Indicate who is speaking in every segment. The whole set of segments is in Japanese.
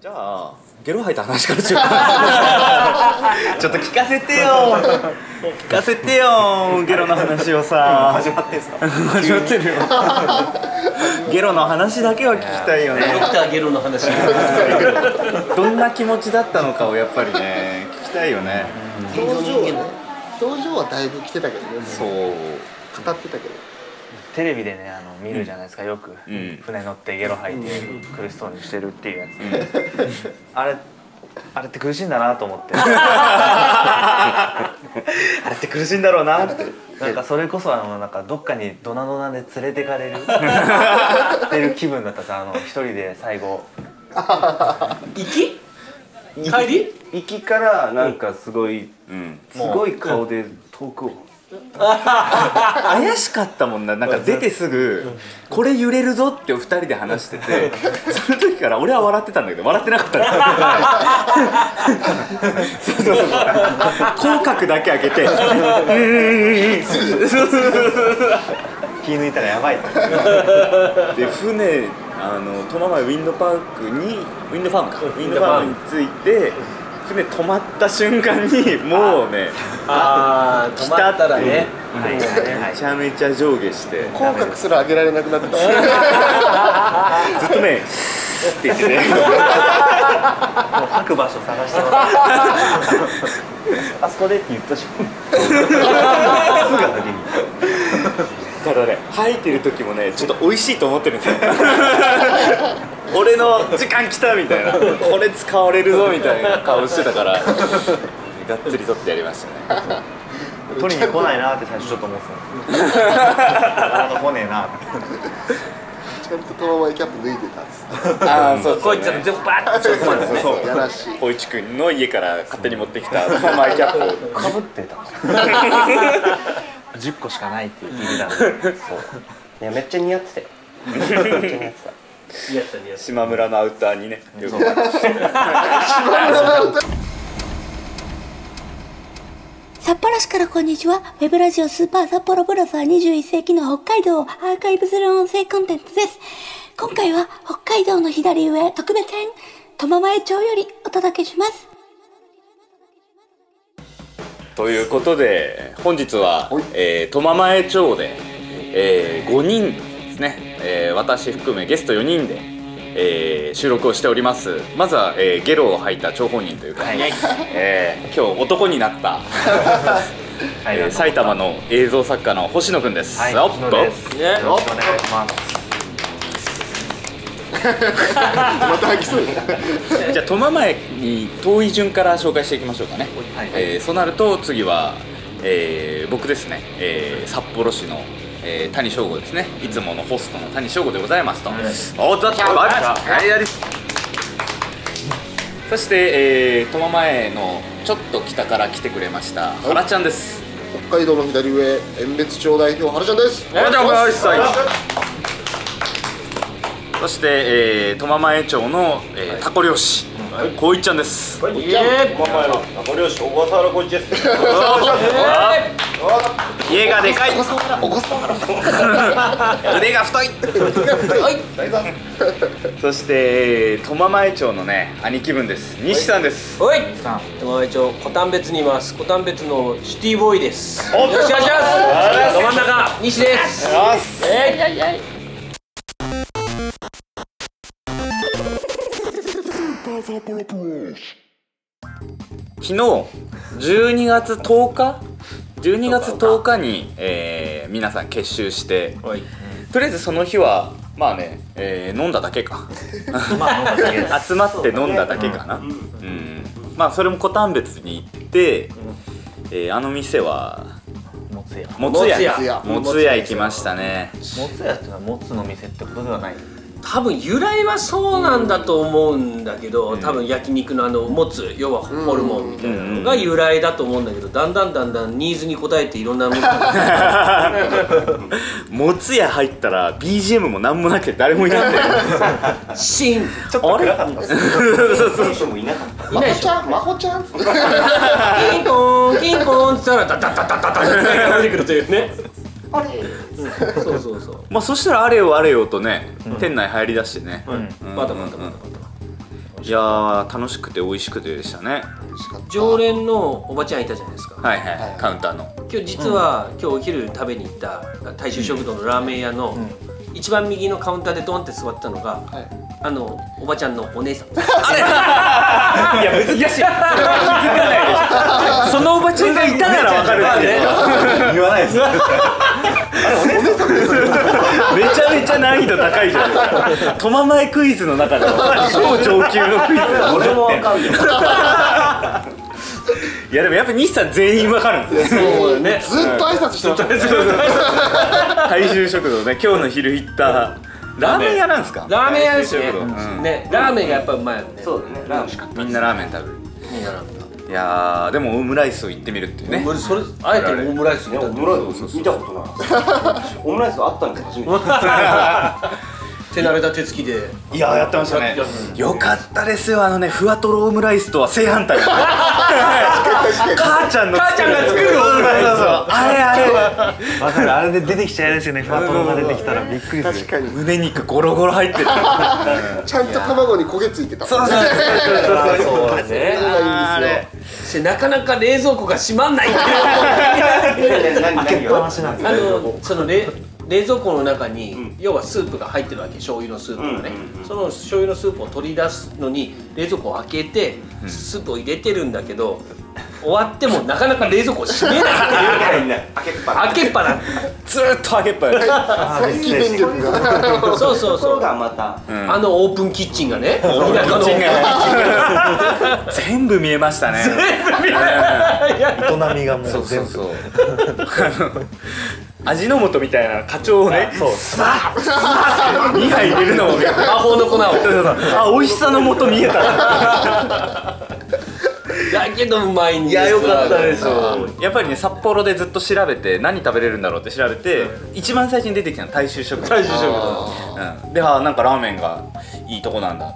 Speaker 1: じゃあゲロ吐いた話からしよ うちょっと聞かせてよ聞かせてよゲロの話をさ始まってんすか始まってる よゲロの話だけは聞きたいよね
Speaker 2: ドクターゲロの話
Speaker 1: どんな気持ちだったのかをやっぱりね聞きたいよね
Speaker 3: 表情はね表情はだいぶ来てたけどねも
Speaker 1: そう
Speaker 3: う語ってたけど
Speaker 4: テレビでねあの見るじゃないですかよく
Speaker 1: うん
Speaker 4: 船乗ってゲロ吐いて苦しそうにしてるっていうやつあれあれって苦しいんだなと思 って
Speaker 1: あれって苦しいんだろうなって
Speaker 4: なんかそれこそあのなんかどっかにドナドナで連れてか れるってる気分だったさあの一人で最後
Speaker 2: 行き帰り
Speaker 5: 行きからなんかすごい、
Speaker 1: うん
Speaker 5: すごい顔で遠くを
Speaker 1: 怪しかったもんななんか出てすぐ「これ揺れるぞ」って2人で話しててその時から俺は笑ってたんだけど笑ってなかったんだ そうそうそう口角だけ開けて「うーん」そうそうそうそう
Speaker 4: 気抜いたらやばい
Speaker 1: で船あのこの前ウィンドパークにウィンドファームかウィンドファームに着いて船止まった瞬間にもうね
Speaker 2: ああ止まったらね
Speaker 4: はいは
Speaker 1: め
Speaker 4: いはい
Speaker 1: ちゃめちゃ上下して
Speaker 3: 口角すら上げられなくなってた
Speaker 1: ずっとね「って言ってね
Speaker 4: もう吐く場所探してもらあそこでって言ったし
Speaker 1: ただね吐いてる時もねちょっと美味しいと思ってるんです よ俺の時間来たみたいなこれ使われるぞみたいな顔してたから がっつり取ってやりましたね
Speaker 4: 取りに来ないなって最初ちょっと思ってたなかなか来ねえなって
Speaker 3: ちゃんとこのままキャップ脱いでたんです
Speaker 1: ああそう
Speaker 2: こいつら全部バーッと
Speaker 1: そうそうそう
Speaker 3: やらしい
Speaker 1: 光一君の家から勝手に持ってきたマイキャップ
Speaker 4: かぶってた10個しかないっていう意味だね
Speaker 5: いやめっちゃ似合ってたよ
Speaker 2: やったやつ
Speaker 1: 島村のアウターにねよく
Speaker 6: 札幌市からこんにちは。ウェブラジオスーパー札幌ブラザー21世紀の北海道をアーカイブする音声コンテンツです。今回は北海道の左上特別編、苫前町よりお届けします。
Speaker 1: ということで本日は
Speaker 3: はい
Speaker 1: えー苫前町で、え5人ですね、えー私含めゲスト4人で、えー収録をしておりますまずは、えーゲロを吐いた張本人というか、えー今日男になった、
Speaker 4: はい
Speaker 1: えー埼玉の映像作家の星野くんです、
Speaker 4: はい
Speaker 1: おっ
Speaker 4: 星野です
Speaker 1: と
Speaker 4: よろしくお願いします
Speaker 3: また飽きそうだな
Speaker 1: じゃあ苫前に遠い順から紹介していきましょうかね、
Speaker 4: はい
Speaker 1: えーそうなると次は、えー僕ですね、えー札幌市の、えー谷翔吾ですねいつものホストの谷翔吾でございますと、おっとっとはいやりそしてえー苫前のちょっと北から来てくれました原ちゃんです
Speaker 3: 北海道の左上遠別町代表原ちゃんです
Speaker 1: おはようございますそしてえー苫前町の、えータコ漁師こういっちゃんです
Speaker 2: イエー
Speaker 1: 家がでかい
Speaker 3: お子様から
Speaker 1: 腕が太いそして苫前町のね兄貴分です西さんです
Speaker 2: おい友達を小丹別にいます小丹別のシティボーイですよろしくお願いしますど真ん中西ですえい
Speaker 1: 昨日12月10日12月10日に、えー皆さん結集して
Speaker 2: はい
Speaker 1: とりあえずその日はまあね、えー飲んだだけか
Speaker 4: まあ飲んだだけです
Speaker 1: 集まって飲んだだけかなうん、まあそれも小丹別に行って、えーあの店は
Speaker 4: もつや
Speaker 1: もつ
Speaker 2: もつ
Speaker 1: 屋
Speaker 3: 屋
Speaker 1: もつ屋行きましたね
Speaker 4: もつやっていうのはもつの店ってことではない
Speaker 2: 多分由来はそうなんだと思うんだけど多分焼肉のあの持つ要はホルモンみたいなのが由来だと思うんだけどだんだんだんだんニーズに応えていろんなものが
Speaker 1: もつ屋入ったら BGM も何もなくて誰もいなくて
Speaker 2: シーン
Speaker 1: ちょっと暗かった そうそう
Speaker 5: 人もいなかった
Speaker 2: い
Speaker 3: ま
Speaker 2: ないで
Speaker 3: こ
Speaker 2: し
Speaker 3: ち
Speaker 2: ょ
Speaker 3: ゃんまこちゃんっつって
Speaker 2: キンコーンキンコーンって言ったらダダダダダダダダ出てくるというねあれそうそうそう
Speaker 1: まあそしたらあれよあれよとね、店内入りだしてね、
Speaker 2: バタバタバタバタ
Speaker 1: いやー楽しくて美味しくてでしたね
Speaker 3: 美味しかった
Speaker 2: 常連のおばちゃんいたじゃないですか、
Speaker 1: はいはい、
Speaker 3: はい
Speaker 1: カウンターの
Speaker 2: 今日実は、今日お昼食べに行った大衆食堂のラーメン屋の、一番右のカウンターでドンって座ったのが、
Speaker 3: はい
Speaker 2: あのおばちゃんのお姉さん
Speaker 1: いや難しいそれは気づかないでしょそのおばちゃんがいたならわかるんですけど
Speaker 4: 言わないですよ
Speaker 1: めちゃめちゃ難易度高いじゃないですか。トマ前クイズの中では超上級のクイズだ
Speaker 2: 俺もわかるよ
Speaker 1: いやでもやっぱ西さん全員わかるんですね
Speaker 3: そう
Speaker 2: ね
Speaker 3: ずっと挨拶してましたね
Speaker 1: 大衆食堂ね今日の昼行ったラーメン屋なんですか
Speaker 2: ラーメン屋です
Speaker 1: 大
Speaker 2: ね
Speaker 1: 衆,、食堂うん
Speaker 2: ねラーメンがやっぱうまいよね
Speaker 5: そうだねラーメン
Speaker 1: みんなラーメン食べる
Speaker 2: みんなラーメンが
Speaker 1: いやーでもオムライスを行ってみるっていうね
Speaker 2: オムライスそれあえてオムライス
Speaker 5: い
Speaker 2: に
Speaker 5: やオムライス見たことないオムライスあったんで初めて
Speaker 2: 手慣れた手つきで
Speaker 1: いやーやってましたねよかったですよあのねふわとろオムライスとは正反対母ちゃんの母ちゃんが作るオムライスをあれあれ
Speaker 4: わかるあれで出てきちゃいですよねファトロが出てきたらびっくりする
Speaker 3: 確かに
Speaker 1: 胸肉ゴロゴロ入ってる
Speaker 3: ちゃんと卵に焦げついてた
Speaker 1: そうそうそうそうそう
Speaker 2: そうね
Speaker 1: あれ
Speaker 2: してなかなか冷蔵庫が閉まんないっていう
Speaker 4: 開けっぱなしなんです
Speaker 2: あのその冷冷蔵庫の中に、要はスープが入ってるわけ醤油のスープがね、その醤油のスープを取り出すのに冷蔵庫を開けて、スープを入れてるんだけど終わってもなかなか冷蔵庫閉めないっていう
Speaker 5: 開けっぱな
Speaker 2: 開けっぱな
Speaker 1: ずーっと揚げっぱい
Speaker 3: 最近電力が
Speaker 2: そうそう
Speaker 5: とこ
Speaker 2: そ
Speaker 5: ろ
Speaker 2: う、
Speaker 5: がまた
Speaker 2: あのオープンキッチンがね田舎の
Speaker 1: 全部見えましたね
Speaker 4: 営みがもう全部
Speaker 1: そう味の素みたいな課長をね
Speaker 4: そう
Speaker 1: さあさあ2杯入れるのも見えた
Speaker 2: 魔法の粉を
Speaker 1: そうそうそうあ美味しさの素見えた
Speaker 2: だけどうまいんですいや
Speaker 1: よかったです
Speaker 2: よ
Speaker 1: やっぱりね札幌でずっと調べて何食べれるんだろうって調べて一番最初に出てきたの大衆食堂大衆食堂、うん、であなんかラーメンがいいとこなんだ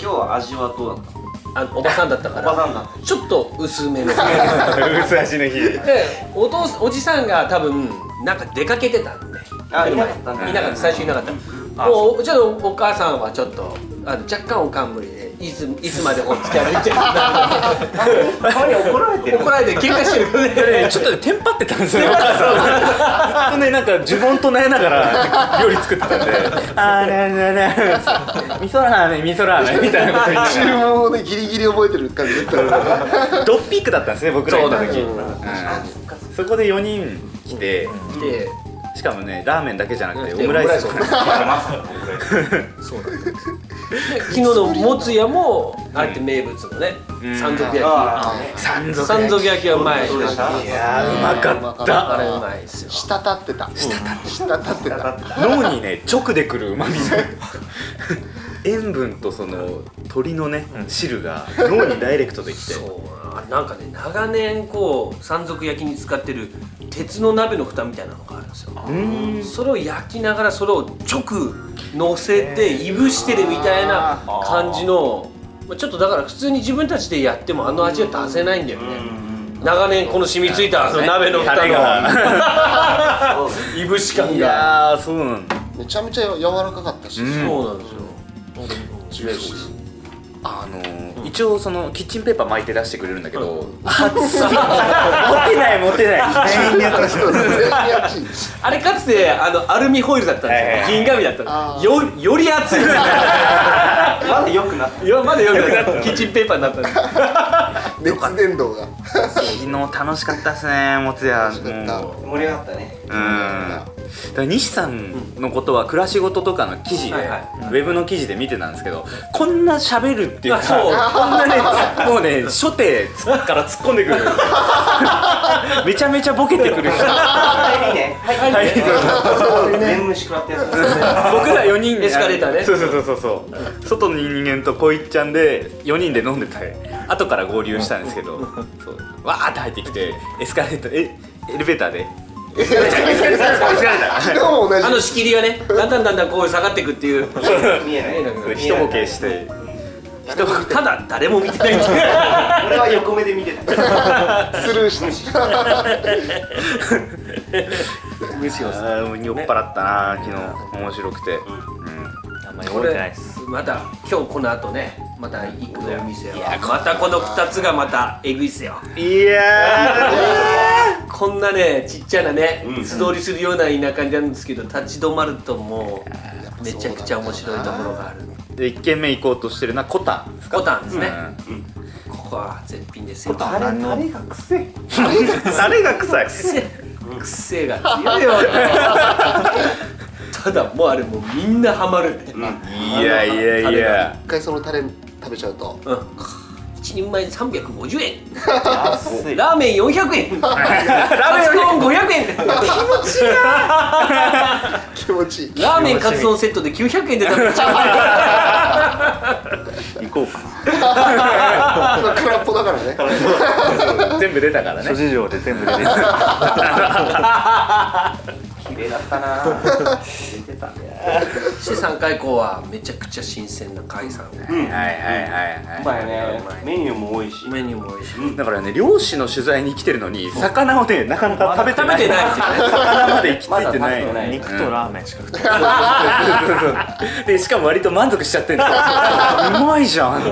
Speaker 5: 今日は味はどうだった
Speaker 2: あのおばさんだったか
Speaker 5: おばさ
Speaker 2: ら
Speaker 5: んだっ
Speaker 2: ちょっと薄め の
Speaker 1: 薄味の日
Speaker 2: でお父さんおじさんが多分なんか出かけてたんで
Speaker 5: あいなかったんだ
Speaker 2: いなかった最初いなかったもうちょっとお母さんはちょっとあの若干おかん無理でいついつまでほっつき歩いてるんだ
Speaker 5: たまに怒られてる
Speaker 2: 怒られて喧嘩してるからね
Speaker 1: ちょっとねテンパってたんですよお母さんずっとねなんか呪文唱えながら料理作ってたんで「あーららら味噌ラーメン味噌ラーメン」みたいなこと言って
Speaker 3: 注文をねギリギリ覚えてる感じだったから
Speaker 1: ドッピークだったんですね僕ら行った時
Speaker 2: そううだ
Speaker 1: んそこで4人来て
Speaker 2: 来て
Speaker 1: しかもねラーメンだけじゃなくて
Speaker 2: で
Speaker 1: オムライス
Speaker 2: オムライスで昨日のもつ屋もあえて名物のね山賊焼き
Speaker 5: あ
Speaker 1: 山賊
Speaker 2: 山賊焼きはうまい
Speaker 5: どうでした
Speaker 3: いや
Speaker 1: うまかった
Speaker 2: あれうまいですよ
Speaker 3: 滴ってた滴ってた
Speaker 1: 脳にね直でくるうまみ塩分とその鶏のね汁が脳にダイレクトでいって
Speaker 2: そうなんかね長年こう山賊焼きに使ってる鉄の鍋の蓋みたいなのがあるんですよそれを焼きながらそれを直乗せていぶしてるみたいな感じのまあちょっとだから普通に自分たちでやってもあの味は出せないんだよね長年この染みついたその鍋の
Speaker 1: タ
Speaker 2: 蓋
Speaker 1: レが
Speaker 2: の いぶし感
Speaker 1: い
Speaker 2: が
Speaker 1: やーそうなんだ
Speaker 3: めちゃめちゃ柔らかかったし
Speaker 2: そうなんですよ
Speaker 3: ジューシー
Speaker 1: あのー一応そのキッチンペーパー巻いて出してくれるんだけど、 熱さ持てない持てない全員にやってました
Speaker 3: そうですね熱い
Speaker 2: あれかつてあのアルミホイルだったんですよ銀紙だったん
Speaker 3: あ
Speaker 2: で
Speaker 3: ー
Speaker 2: すよよより 熱い
Speaker 5: まだ良くなった
Speaker 2: いやまだよくなったキッチンペーパーになったんです
Speaker 3: 熱伝導が
Speaker 1: 昨日楽しかったっすねもつや
Speaker 3: 楽しかった
Speaker 1: もう
Speaker 5: 盛り上がったね
Speaker 1: うんだから西さんのことは暮らし事とかの記事で、
Speaker 2: はいはい
Speaker 1: ウェブの記事で見てたんですけどこんな喋るっていうか
Speaker 2: あそう
Speaker 1: こんなねつもうね初手つから突っ込んでく るめちゃめちゃボケてくる人
Speaker 5: はいいいねはい
Speaker 1: はい
Speaker 5: 全虫食らったやつ
Speaker 1: 僕ら4人で
Speaker 2: エスカレーターね
Speaker 1: そうそうそうそうそう外の人間とこいっちゃんで4人で飲んでた後から合流したんですけどそうわーって入ってきてエスカレーターえエレベーターでエスカレーターエスカレーター
Speaker 3: 昨日も同じ
Speaker 2: あの仕切りがねだんだんだんだんこう下がっていくっていう
Speaker 5: 見えない
Speaker 1: そう一ボケして一ボケ
Speaker 2: ただ誰も見てないっていう
Speaker 5: 俺は横目で見てた
Speaker 3: スルーして
Speaker 1: あーもう酔っ払ったな昨日面白くて、うん
Speaker 4: まり
Speaker 2: こ
Speaker 4: 覚えてな
Speaker 2: れ
Speaker 4: いです
Speaker 2: また今日この後ねまた行くお店はまたこの2つがまたえぐいっすよ
Speaker 1: いや
Speaker 2: こんなねちっちゃなね
Speaker 5: うん
Speaker 2: 素通りするような田舎になるんですけど立ち止まるともうめちゃくちゃ面白いところがある
Speaker 1: ーで1軒目行こうとしてるなコタンですか
Speaker 2: コタンですね、
Speaker 1: う
Speaker 2: ここは絶品ですよ
Speaker 4: あれタレが癖
Speaker 1: タレが臭い
Speaker 2: 癖癖が強いよただもうあれもうみんなハマるね
Speaker 1: いやいやいや
Speaker 3: 一回そのタレ食べちゃうと
Speaker 2: うん一人前350円
Speaker 4: 安い
Speaker 2: ラーメン400円 カツ丼500円
Speaker 3: 気持ちいい
Speaker 2: ラーメンカツ丼セットで900円で食べ ちゃ
Speaker 4: 行こうかな
Speaker 3: 空っぽだからね
Speaker 1: 全部出たから
Speaker 4: 諸
Speaker 1: ね
Speaker 4: 事情で全部出てきた
Speaker 5: 綺麗だったなぁ出てた
Speaker 2: うそして3回以降はめちゃくちゃ新鮮な海産
Speaker 5: うん
Speaker 1: はいはいはいは
Speaker 5: まいねメニューも多いし
Speaker 2: メニューも美味しい
Speaker 1: いだからね漁師の取材に来てるのに魚をねなかなか食べて
Speaker 2: 食
Speaker 1: ない
Speaker 2: べてないってい
Speaker 1: 魚まで行
Speaker 2: うね
Speaker 1: き着いてない
Speaker 5: まだ食べてない
Speaker 4: 肉とラーメンしか食ってない
Speaker 1: そうそうそう でしかも割と満足しちゃってるん ですようまいじゃんって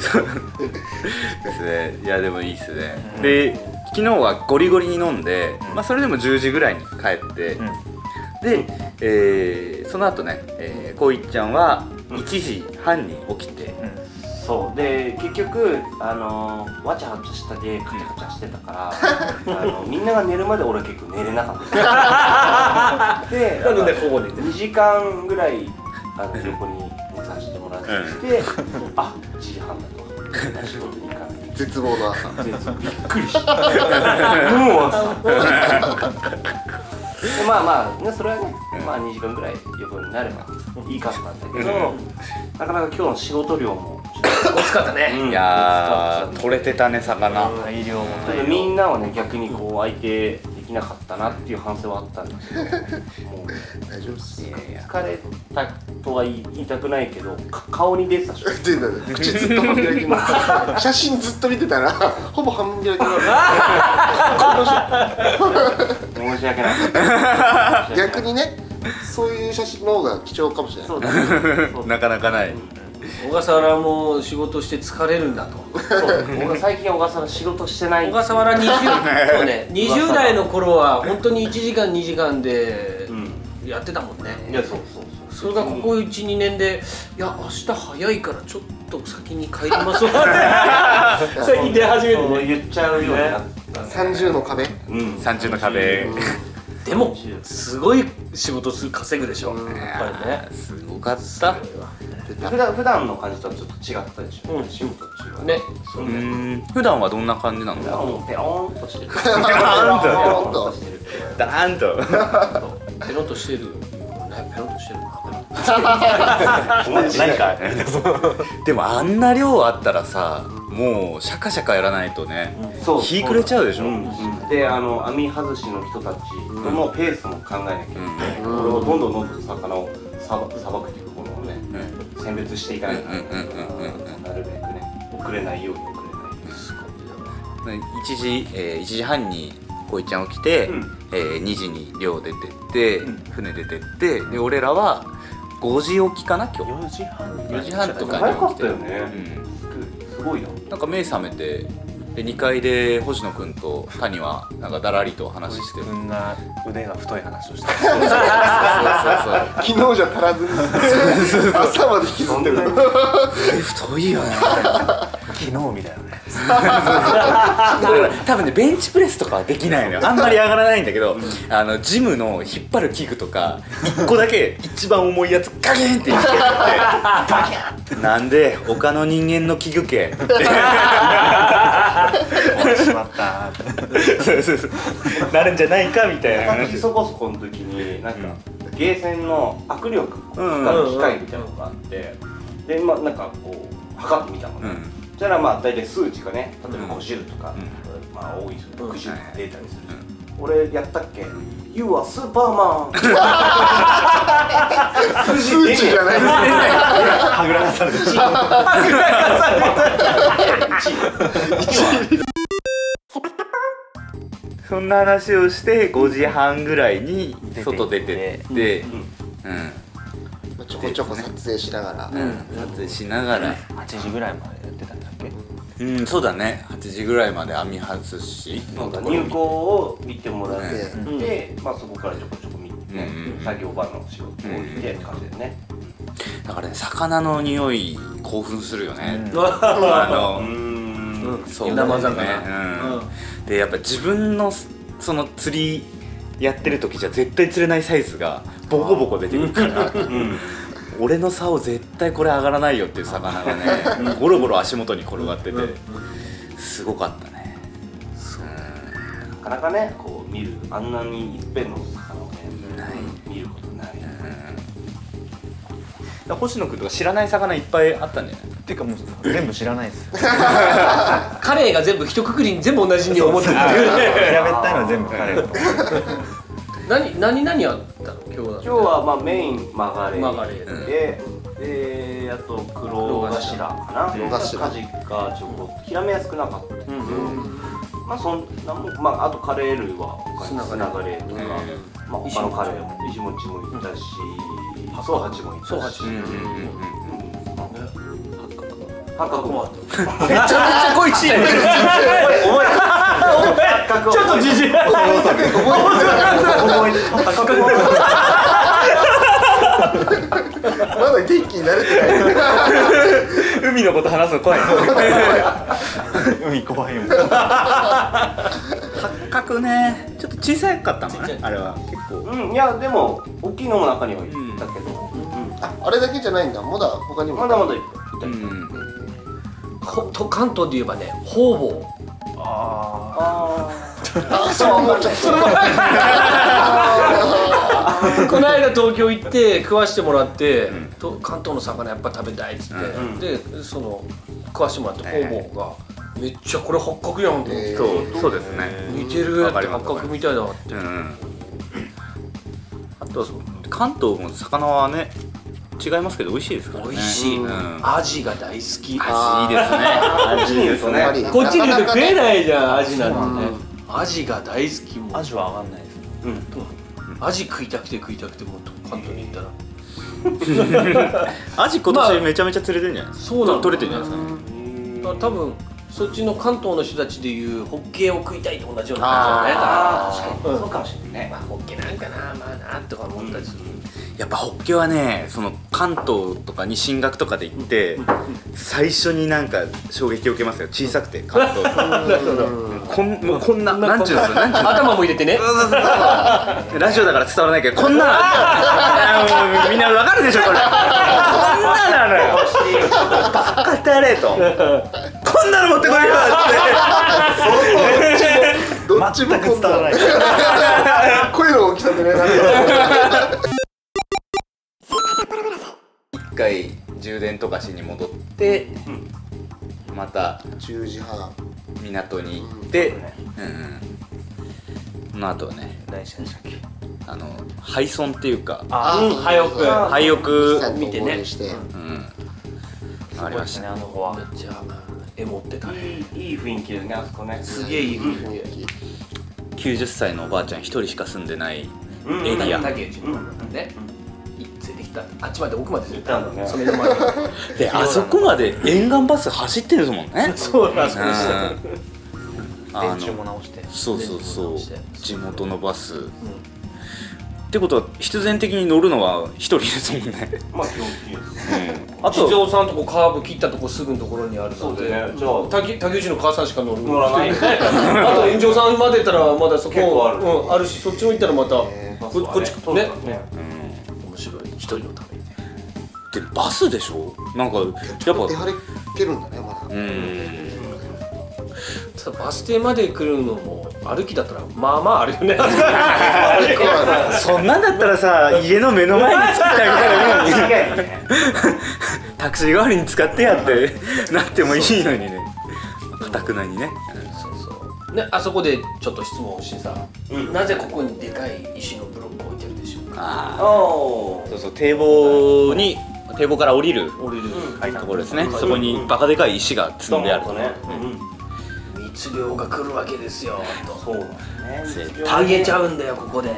Speaker 1: そうですねいやでもいいっすね、で昨日はゴリゴリに飲んで、まあ、それでも10時ぐらいに帰って、
Speaker 4: ん
Speaker 1: で、えーその後ね、えー、こういっちゃんは1時半に起きて、
Speaker 5: そうで結局あのーわちゃわちゃしたでカチャカチャしてたから あのみんなが寝るまで俺は結構寝れなかったで
Speaker 2: なのでここで
Speaker 5: 2時間ぐらいあの横に持たせてもらってて、あ1時半だと仕事に行かなきゃ
Speaker 3: 絶望の朝
Speaker 5: 全然びっくりしたもう朝でまあまあねそれはね、まあ、2時間ぐらい横になればいいかったんだけど、なかなか今日の仕事量もちょっ
Speaker 2: 美味しかった
Speaker 5: と、
Speaker 2: ね
Speaker 1: いやー取れてたね魚、
Speaker 4: 大量も
Speaker 5: ちょっとみんなはね逆にこう相手できなかったなっていう反省はあったんですけどもう
Speaker 3: 大丈夫っす
Speaker 5: 疲れたとは言い言いたくないけどか顔に出てたし
Speaker 3: 出てたね口ずっと半開きの写真ずっと見てたらほぼ半開きの
Speaker 5: 申し訳ない
Speaker 3: 逆にねそういう写真の方が貴重かもしれない
Speaker 5: そうだねそ う
Speaker 1: なかなかない
Speaker 2: 小笠原も仕事して疲れるんだと
Speaker 5: そう僕最近小笠原仕事してない
Speaker 2: 小笠原20 そうね20代の頃は本当に1時間2時間で
Speaker 5: うん
Speaker 2: やってたもんね、
Speaker 5: いやそうそう
Speaker 2: それがここ12年でいや明日早いからちょっと先に帰ります わって最近出始め
Speaker 5: そ
Speaker 2: て
Speaker 5: うそう
Speaker 2: ね
Speaker 5: 言っちゃうよね
Speaker 3: 30の壁
Speaker 5: うん
Speaker 1: 30の壁
Speaker 2: でもすごい仕事す稼ぐでしょやっぱりね
Speaker 1: すごかった
Speaker 5: 普段普段の感じとはちょっと違ったでしょ、う仕事中は
Speaker 2: ね
Speaker 5: そう
Speaker 1: う
Speaker 5: ね
Speaker 1: ん普段はどんな感じなの
Speaker 5: なんかもうペローンとしてるペ
Speaker 3: ーンと
Speaker 5: ローンとしてる
Speaker 1: ダーンと
Speaker 2: ペロンとしてるよねペロンとしてるな
Speaker 4: 何か
Speaker 1: でもあんな量あったらさもうシャカシャカやらないとね、
Speaker 5: そう
Speaker 1: 日暮れちゃうでしょ、
Speaker 5: うんであの網外しの人たちのペースも考えなきゃいけない、これをどんどんどんどん魚をさばさばくというものをね、選別していかなきゃいけないからなるべくね遅れないように遅れないように
Speaker 1: 1時、えー1時半にこいちゃん起きて、
Speaker 5: うん
Speaker 1: えー2時に漁出てって、船出てってで俺らは5時起きかな今日
Speaker 4: 4時半
Speaker 1: 4時半とか
Speaker 5: 早
Speaker 1: に
Speaker 5: か
Speaker 1: 起き
Speaker 5: った
Speaker 1: て
Speaker 5: よね、すごいよ
Speaker 1: うんなんか目覚めてで2階で星野くんと谷はなんかだらりと話してる
Speaker 4: 自分が腕が太い話をした
Speaker 1: そう
Speaker 3: 昨日じゃ足らずに朝まで引きずってる
Speaker 1: そうそう太いよね
Speaker 4: 昨日みたいなね
Speaker 1: だから 多分ねベンチプレスとかはできないのよあんまり上がらないんだけど、あのジムの引っ張る器具とか1個だけ一番重いやつガキンって言ってやってなんで他の人間の器具系
Speaker 4: 終わってしまった
Speaker 1: そうそうそうなるんじゃないかみたいな話
Speaker 5: そこそこの時になんか、ゲーセンの握力を測る機械みたいなのがあって、でまあなんかこう測ってみたのね、
Speaker 1: うん
Speaker 5: そしたらまあ大体数値がね例え
Speaker 1: うん
Speaker 5: ば50とか、まあ多いですよ
Speaker 2: うん
Speaker 5: 60とか出たりする、
Speaker 1: はい
Speaker 5: 俺やったっけ ?You are Superman!
Speaker 3: 数値じゃない
Speaker 4: はぐらかされてる
Speaker 1: そんな話をして5時半ぐらいに
Speaker 4: 出て
Speaker 1: 外出てって
Speaker 5: うん
Speaker 1: うん
Speaker 3: ちょこちょこ撮影しながら、
Speaker 1: 撮影しながら
Speaker 4: 8時ぐらいまでやってたんだっけ
Speaker 1: うんそうだね8時ぐらいまで網外し
Speaker 5: なんか入校を見てもらっ
Speaker 3: ね
Speaker 5: て、で、まあ、そこからちょこちょこ見て、ね
Speaker 1: うんうん
Speaker 5: 作業場の仕事を見てって感じでね、
Speaker 1: だからね魚の匂い興奮するよね、あ
Speaker 2: あ
Speaker 1: の、
Speaker 5: うん
Speaker 1: そう
Speaker 2: 生魚
Speaker 1: うんでやっぱ自分のその釣りやってる時じゃ絶対釣れないサイズがボコボコ出てくるから
Speaker 5: うん
Speaker 1: 俺の竿絶対これ上がらないよっていう魚がねゴロゴロ足元に転がっててすごかったね
Speaker 5: なかなかねこう見るあんなにいっぺんの魚をね見ることない、
Speaker 1: だから星野くんとか知らない魚いっぱいあったんじゃない
Speaker 4: っていうかもう全部知らな いです調べ
Speaker 2: のカレーが全部一括りに全部同じに思 ってるっていうね
Speaker 4: たいのは全部 彼だと思う
Speaker 2: 何何何あったの今日は
Speaker 5: 今日はまあメイン曲がれ
Speaker 2: 曲がれ
Speaker 5: で、であと黒頭かな
Speaker 3: 黒頭
Speaker 5: カジがちょこっとひらめやすくなかったけど、
Speaker 2: うん
Speaker 5: まあそんなもんまああとカレー類は他に
Speaker 2: 砂
Speaker 5: 砂
Speaker 2: カ
Speaker 5: カレーとか、まあ他のカレーも石餅もいたし、ソウハチもいたし
Speaker 2: ソウハチ
Speaker 5: うんうん八角もあっためちゃめちゃ濃いチームお前お前ちょっと
Speaker 2: じじい
Speaker 3: まだ元気になれてな い
Speaker 1: 海のこと話すの怖い
Speaker 4: 海怖いもん
Speaker 1: 八角ねちょっと小さかったのか
Speaker 2: ちっ
Speaker 1: ね
Speaker 2: ち
Speaker 1: あれは結構
Speaker 5: うんいやでも大きいのも中にはいたけど、
Speaker 3: ああれだけじゃないんだまだ他にも
Speaker 5: まだまだいっ
Speaker 1: う
Speaker 5: ぱいいた、
Speaker 1: ん
Speaker 2: ほと関東で言えばね方々
Speaker 4: あ
Speaker 5: あ
Speaker 3: あそうもうちょっと
Speaker 2: この間東京行って食わしてもらって、と関東の魚やっぱ食べたいっつって、
Speaker 5: ん
Speaker 2: でその食わしてもらった方々が、めっちゃこれ八角やんと思って、
Speaker 3: えー
Speaker 1: そうそうですね
Speaker 2: 似てる
Speaker 1: わ
Speaker 2: って
Speaker 1: かりま
Speaker 2: 八
Speaker 1: す
Speaker 2: 角みたいだって
Speaker 1: うんあとはそう関東も魚はね違いますけど美味しいですからね
Speaker 2: 美味しい、
Speaker 1: うん
Speaker 2: アジが大好き
Speaker 1: 味いいですね
Speaker 5: あ味いいです
Speaker 3: やっぱ
Speaker 5: ね
Speaker 3: り
Speaker 2: こっちにいると食え
Speaker 3: なかなかね
Speaker 2: ないじゃんアジなんてねアジが大好きも
Speaker 4: あ
Speaker 2: う
Speaker 4: アジは上がんないです
Speaker 5: うん
Speaker 2: アジ食いたくて食いたくてもう関東に行ったら
Speaker 1: アジ今
Speaker 2: まあ
Speaker 1: 年めちゃめちゃ釣れてるんじゃないですか、
Speaker 2: そうなの
Speaker 1: 取れてるんじゃないですかね
Speaker 2: まあ多分そっちの関東の人たちでいうホッケーを食いたいと同じような感じだね
Speaker 5: あ
Speaker 2: だから
Speaker 5: ー確かにそうかもしれないね
Speaker 2: まあホッケーなんかなまあなとか思ったりする、
Speaker 1: やっぱホッケはねその関東とかに進学とかで行って、最初になんか衝撃を受けますよ小さくて関東こんもうこんななんちゅうんですよなんちゅうんですか
Speaker 2: 頭も入れてね
Speaker 1: そうそうそうそうラジオだから伝わらないけどこんなのあのもうみんなわかるでしょこれこんななのよバカたれとこんなの持ってこいよ
Speaker 3: どっちもこんな声の大きさでねなんか
Speaker 1: って一回充電とかしに戻って、また
Speaker 3: 10時半
Speaker 1: 港に行って、うんうん、その後はね
Speaker 4: 何してんでしたっけ
Speaker 1: あの廃村っていうか
Speaker 4: あ
Speaker 2: うん早く
Speaker 3: あ
Speaker 1: 廃屋
Speaker 3: さんと
Speaker 2: 見てね
Speaker 3: 合流して
Speaker 1: ありました
Speaker 4: ねあの子は
Speaker 2: じゃあえ持ってたね
Speaker 5: いいいい雰囲気だねあそこね
Speaker 2: すげえいい雰囲気
Speaker 1: 90歳のおばあちゃん一人しか住んでない
Speaker 5: うん
Speaker 1: エリア
Speaker 2: 竹内のね連れてきたあっちまで奥まで連れてき
Speaker 5: 行ったんだね
Speaker 2: そのまで
Speaker 1: であそこまで沿岸バス走ってるもんね
Speaker 2: そうなんですよ
Speaker 1: うんあ
Speaker 4: 電柱も
Speaker 1: の
Speaker 4: 直して
Speaker 1: そうそうそ
Speaker 2: 電柱も直
Speaker 1: う
Speaker 2: して
Speaker 1: 地元のバス、ってことは必然的に乗るのは一人ですもん ね、
Speaker 5: まあ基本的にです
Speaker 1: あ
Speaker 2: 地
Speaker 1: と
Speaker 2: 蔵さんとこカーブ切ったとこすぐのところにあるの
Speaker 5: そう
Speaker 2: で
Speaker 5: だよねじゃあ
Speaker 2: 竹竹内の母さんしか乗る
Speaker 5: 乗らない
Speaker 2: あと炎上さんまで行ったらまだそこ
Speaker 5: 結構ある
Speaker 2: うん、あるしそっちも行ったらまたここっち
Speaker 5: そうだ
Speaker 2: ね
Speaker 5: ね
Speaker 2: 面白い一人のために
Speaker 1: でバスでしょなんかやっぱ
Speaker 3: 出張りけるんだねまだ
Speaker 1: うん
Speaker 2: ただバス停まで来るのも歩きだったらまあまああるよね
Speaker 1: そんなんだったらさ家の目の前に作ってあげたらいいのに
Speaker 5: 間違いないね
Speaker 1: タクシー代わりに使ってや ってなってもいいのにねかたくなにね
Speaker 2: そうそうねあそこでちょっと質問をしてさ、なぜここにでかい石のブロックを置いてるでしょうか
Speaker 1: あ
Speaker 5: お
Speaker 1: あ
Speaker 5: ー
Speaker 1: そうそう堤防に堤防から降りる
Speaker 2: 俺る
Speaker 1: ところですねそこにバカでかい石が積んであると
Speaker 5: そうねうん
Speaker 2: 密漁が来るわけですよと
Speaker 5: そうだね
Speaker 1: で
Speaker 2: あげちゃうんだよここでって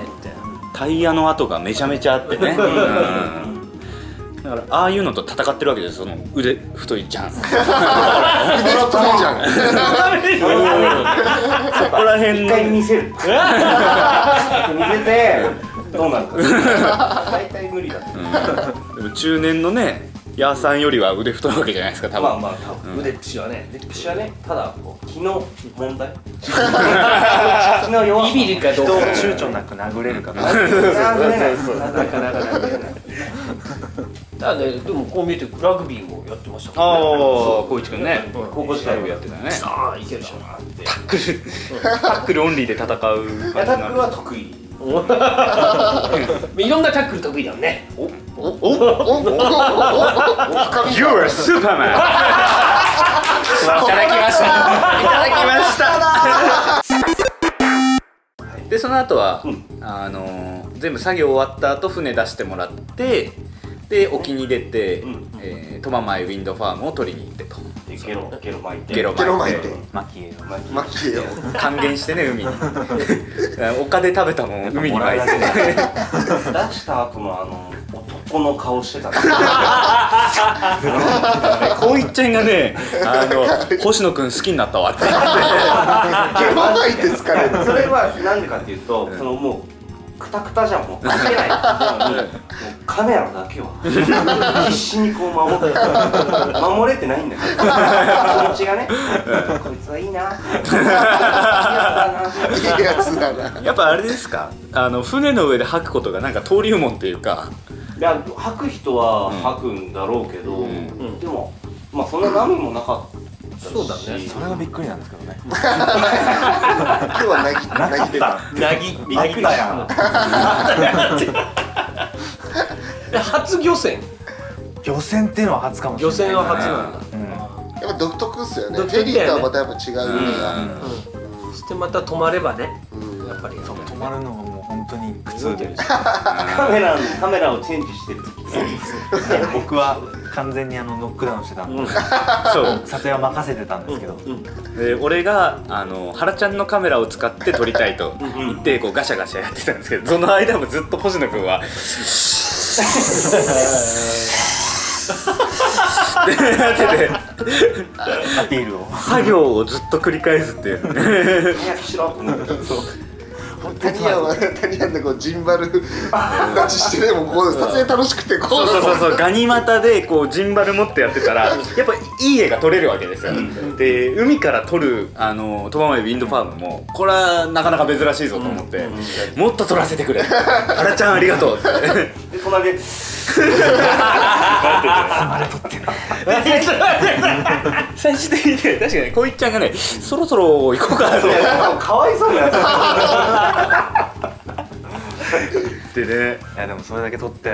Speaker 1: タイヤの跡がめちゃめちゃあってね、うんだからああいうのと戦ってるわけですよその腕太いじ ゃんこ
Speaker 3: 腕太いじゃん
Speaker 1: こら辺の
Speaker 5: 一回見せる見せてどうなるか大体無理だと
Speaker 1: でも中年のねヤーさんよりは腕太いわけじゃないですか多分、
Speaker 5: まあまあ多分
Speaker 2: 腕っぷしはね
Speaker 5: 歴史はねただこう気の問題気の弱
Speaker 2: ビビるかどう
Speaker 4: 人を
Speaker 2: か
Speaker 4: 躊躇なく殴れるかな
Speaker 5: なかなかなかなか
Speaker 2: ただねでもこう見えてラグビーもやってました
Speaker 1: ああ
Speaker 2: もん
Speaker 1: 光
Speaker 2: ね
Speaker 1: 一君ね
Speaker 5: 高校時代をやって
Speaker 1: てたよね
Speaker 2: ああいけるじゃんって
Speaker 1: タックルタックルオンリーで戦う感じに
Speaker 5: アタ
Speaker 1: な
Speaker 5: ック
Speaker 1: る
Speaker 5: ルは得意
Speaker 2: いろんなタックル得意だもんね
Speaker 3: おおおおお 深み
Speaker 1: You are Superman! いただきましたいただきました でその後は、あのー全部作業終わった後船出してもらってで沖に出て、
Speaker 5: うん
Speaker 1: えートママイウィンドファームを取りに行ってと
Speaker 5: でゲロゲロ巻いて
Speaker 1: ゲロ
Speaker 3: ゲロ
Speaker 1: 巻
Speaker 3: 巻
Speaker 1: い
Speaker 3: いて
Speaker 1: て
Speaker 4: 巻き絵を
Speaker 5: 巻いて
Speaker 3: 巻き絵を
Speaker 1: 還元してね海に 丘で食べたもん海に巻いて
Speaker 5: 出した後のあの男の顔してた
Speaker 1: こういっちゃんがねあの星野くん好きになったわって言って
Speaker 3: ゲロ巻いて疲れる
Speaker 5: それはなんでかっていうとそのもうクタクタじゃんもう書けないなのにもうカメラだけは必死にこう守って守れてないんだよ気持ちがねこいつはいいないいやつ
Speaker 3: いや
Speaker 5: だない
Speaker 3: つだな
Speaker 1: やっぱあれですかあの船の上で吐くことがなんか登竜門っていうか
Speaker 5: いや吐く人は吐くんだろうけど、
Speaker 2: ん
Speaker 5: でもまあそんな波もなかったし
Speaker 2: そうだね
Speaker 4: それがびっくりなんですけどね
Speaker 3: 今日はなぎなぎてた
Speaker 2: なぎびっくりした 初漁船
Speaker 4: 漁船っていうのは初かもしれ
Speaker 2: 漁
Speaker 4: ない
Speaker 2: 船は初なんだ
Speaker 3: やっぱ独特っすよね
Speaker 2: 独
Speaker 3: フェ
Speaker 2: 特だよね
Speaker 3: リーとはまたやっぱ違うから
Speaker 2: そしてまた止まればね
Speaker 3: うん
Speaker 2: やっぱりそう
Speaker 4: 止まるのがもう本当に苦痛で
Speaker 5: カメラカメラをチェンジしてる時
Speaker 4: 僕は完全にあのノックダウンしてたんで
Speaker 1: そう
Speaker 4: 撮影は任せてたんですけ ど
Speaker 1: で俺があの原ちゃんのカメラを使って撮りたいと言ってこうガシャガシャやってたんですけどその間もずっと星野く んはってなってて
Speaker 4: アピールを
Speaker 1: 作業をずっと繰り返すっていうね
Speaker 5: 早くしろと思って
Speaker 3: タニアンはタニアンでこうジンバル立ちしてでもこう撮影楽しくてこ
Speaker 1: そううそうそう そうガニ股でこうジンバル持ってやってたらやっぱいい絵が撮れるわけですよで海から撮るあのトママイウィンドファームもこれはなかなか珍しいぞと思って、もっと撮らせてくれあらちゃんありが とうって
Speaker 5: で隣で
Speaker 1: 最終的にね確かにこういっちゃんがねそろそろ行こうかなと思
Speaker 5: かわいそうなやつ
Speaker 1: ってね
Speaker 4: いやでもそれだけ撮って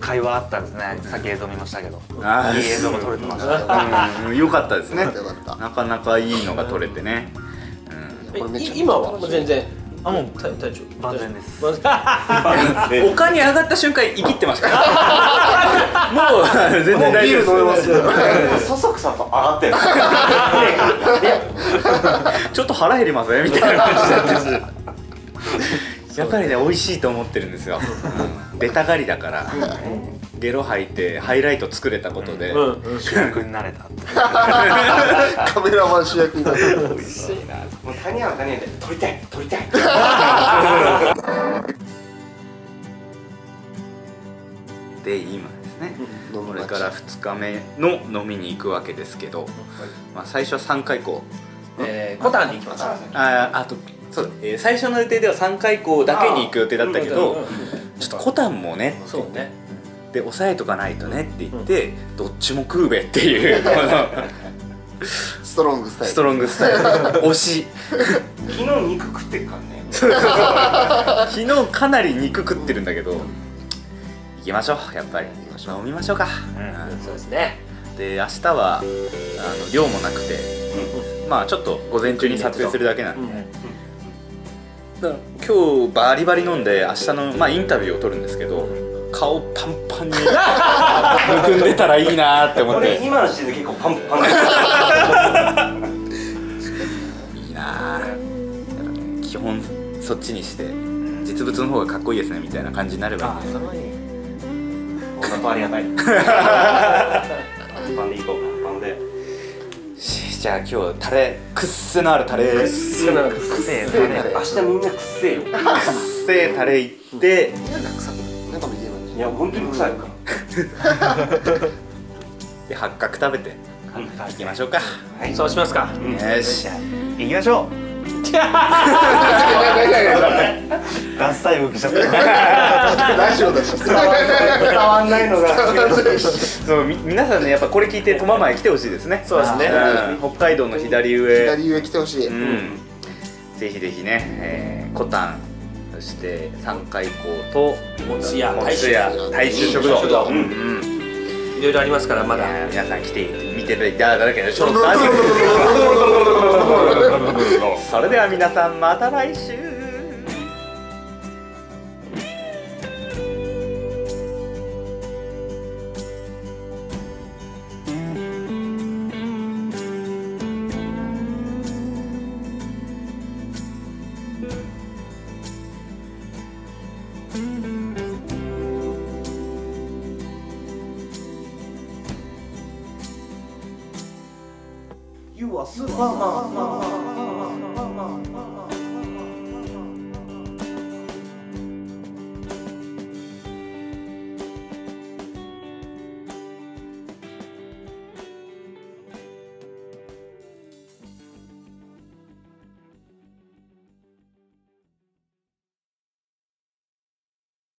Speaker 4: 会話あったんですねさっき映像見ましたけど
Speaker 1: あ
Speaker 4: いい映像が撮れてま した
Speaker 1: あよかったですね
Speaker 3: よかった
Speaker 1: なかなかいいのが撮れて ね
Speaker 2: え
Speaker 3: これめっちゃ
Speaker 2: い今はもう全然
Speaker 4: あもう
Speaker 2: 体体調
Speaker 4: 万全です
Speaker 2: 万全
Speaker 1: 丘に上がった瞬間生きってましたから もう全然大丈夫です
Speaker 5: そそくさと上がってる
Speaker 1: ちょっと腹減りますねみたいな感じ だったしやっぱりね美味しいと思ってるんですよ、うん、ベタ狩りだからゲロ吐いてハイライト作れたことで、
Speaker 2: うんうん
Speaker 4: 主役になれたって
Speaker 3: カメラマン主役になって
Speaker 5: もう谷は谷で撮りたい撮りたい
Speaker 1: で今ですね
Speaker 3: うん
Speaker 1: これから2日目の飲みに行くわけですけど、まあ、最初は3回こう
Speaker 2: えーコタンで行きます
Speaker 1: あーあとそうだ、えー最初の予定では3回こうだけに行く予定だったけど、
Speaker 2: うん
Speaker 1: ちょっとコタンもね
Speaker 2: そうね
Speaker 1: で抑えとかないとねって言って、どっちも食うべっていう この
Speaker 3: ストロングスタイ
Speaker 1: ス
Speaker 3: ル
Speaker 1: トロングスタイル推 し
Speaker 5: 昨日肉食ってるからね
Speaker 1: そうそうそう昨日かなり肉食ってるんだけど行きましょうやっぱり飲みましょうか、うん
Speaker 2: そうですね
Speaker 1: で明日はあの量もなくて、まあちょっと午前中に撮影するだけなんで、だから今日バリバリ飲んで明日の、まあ、インタビューを撮るんですけど顔パンパ ンにむくんでたらいいなーって思っ
Speaker 5: 俺
Speaker 1: て
Speaker 5: 今の時点で結構パンパン
Speaker 1: いいなーだからね基本そっちにして実物の方がかっこいいですねみたいな感じになればいいんで
Speaker 5: 砂糖ありがたいパンでいこうかパンで
Speaker 1: しじゃあ今日タレくっせのあるタレくっせ
Speaker 2: そうなんか
Speaker 5: 明日みんなくっせえよ
Speaker 1: タレいって
Speaker 3: なんか臭くないなんかも言えばいい
Speaker 5: いや本当に臭いから
Speaker 1: で八角食べていきましょうか
Speaker 2: そうします
Speaker 1: よ
Speaker 2: か
Speaker 1: し
Speaker 4: 行きましょうダッサい向きちゃった
Speaker 3: ラジオだし
Speaker 5: 伝わんないのが
Speaker 1: そうみ皆さんねやっぱこれ聞いて苫前来てほしいですねそうですね、うん北海道の左上
Speaker 3: 左上来てほしい、
Speaker 1: うんぜひぜひね、えー、コタンそして三海港と
Speaker 2: もつや
Speaker 1: も
Speaker 2: 大
Speaker 1: つ
Speaker 2: 衆
Speaker 1: や大衆食堂
Speaker 2: 食堂
Speaker 1: うんうんい
Speaker 2: いろいろありますからまだ
Speaker 1: やー皆さん来て見ていただけたらちょっと それでは皆さんまた来週
Speaker 5: You are Superman.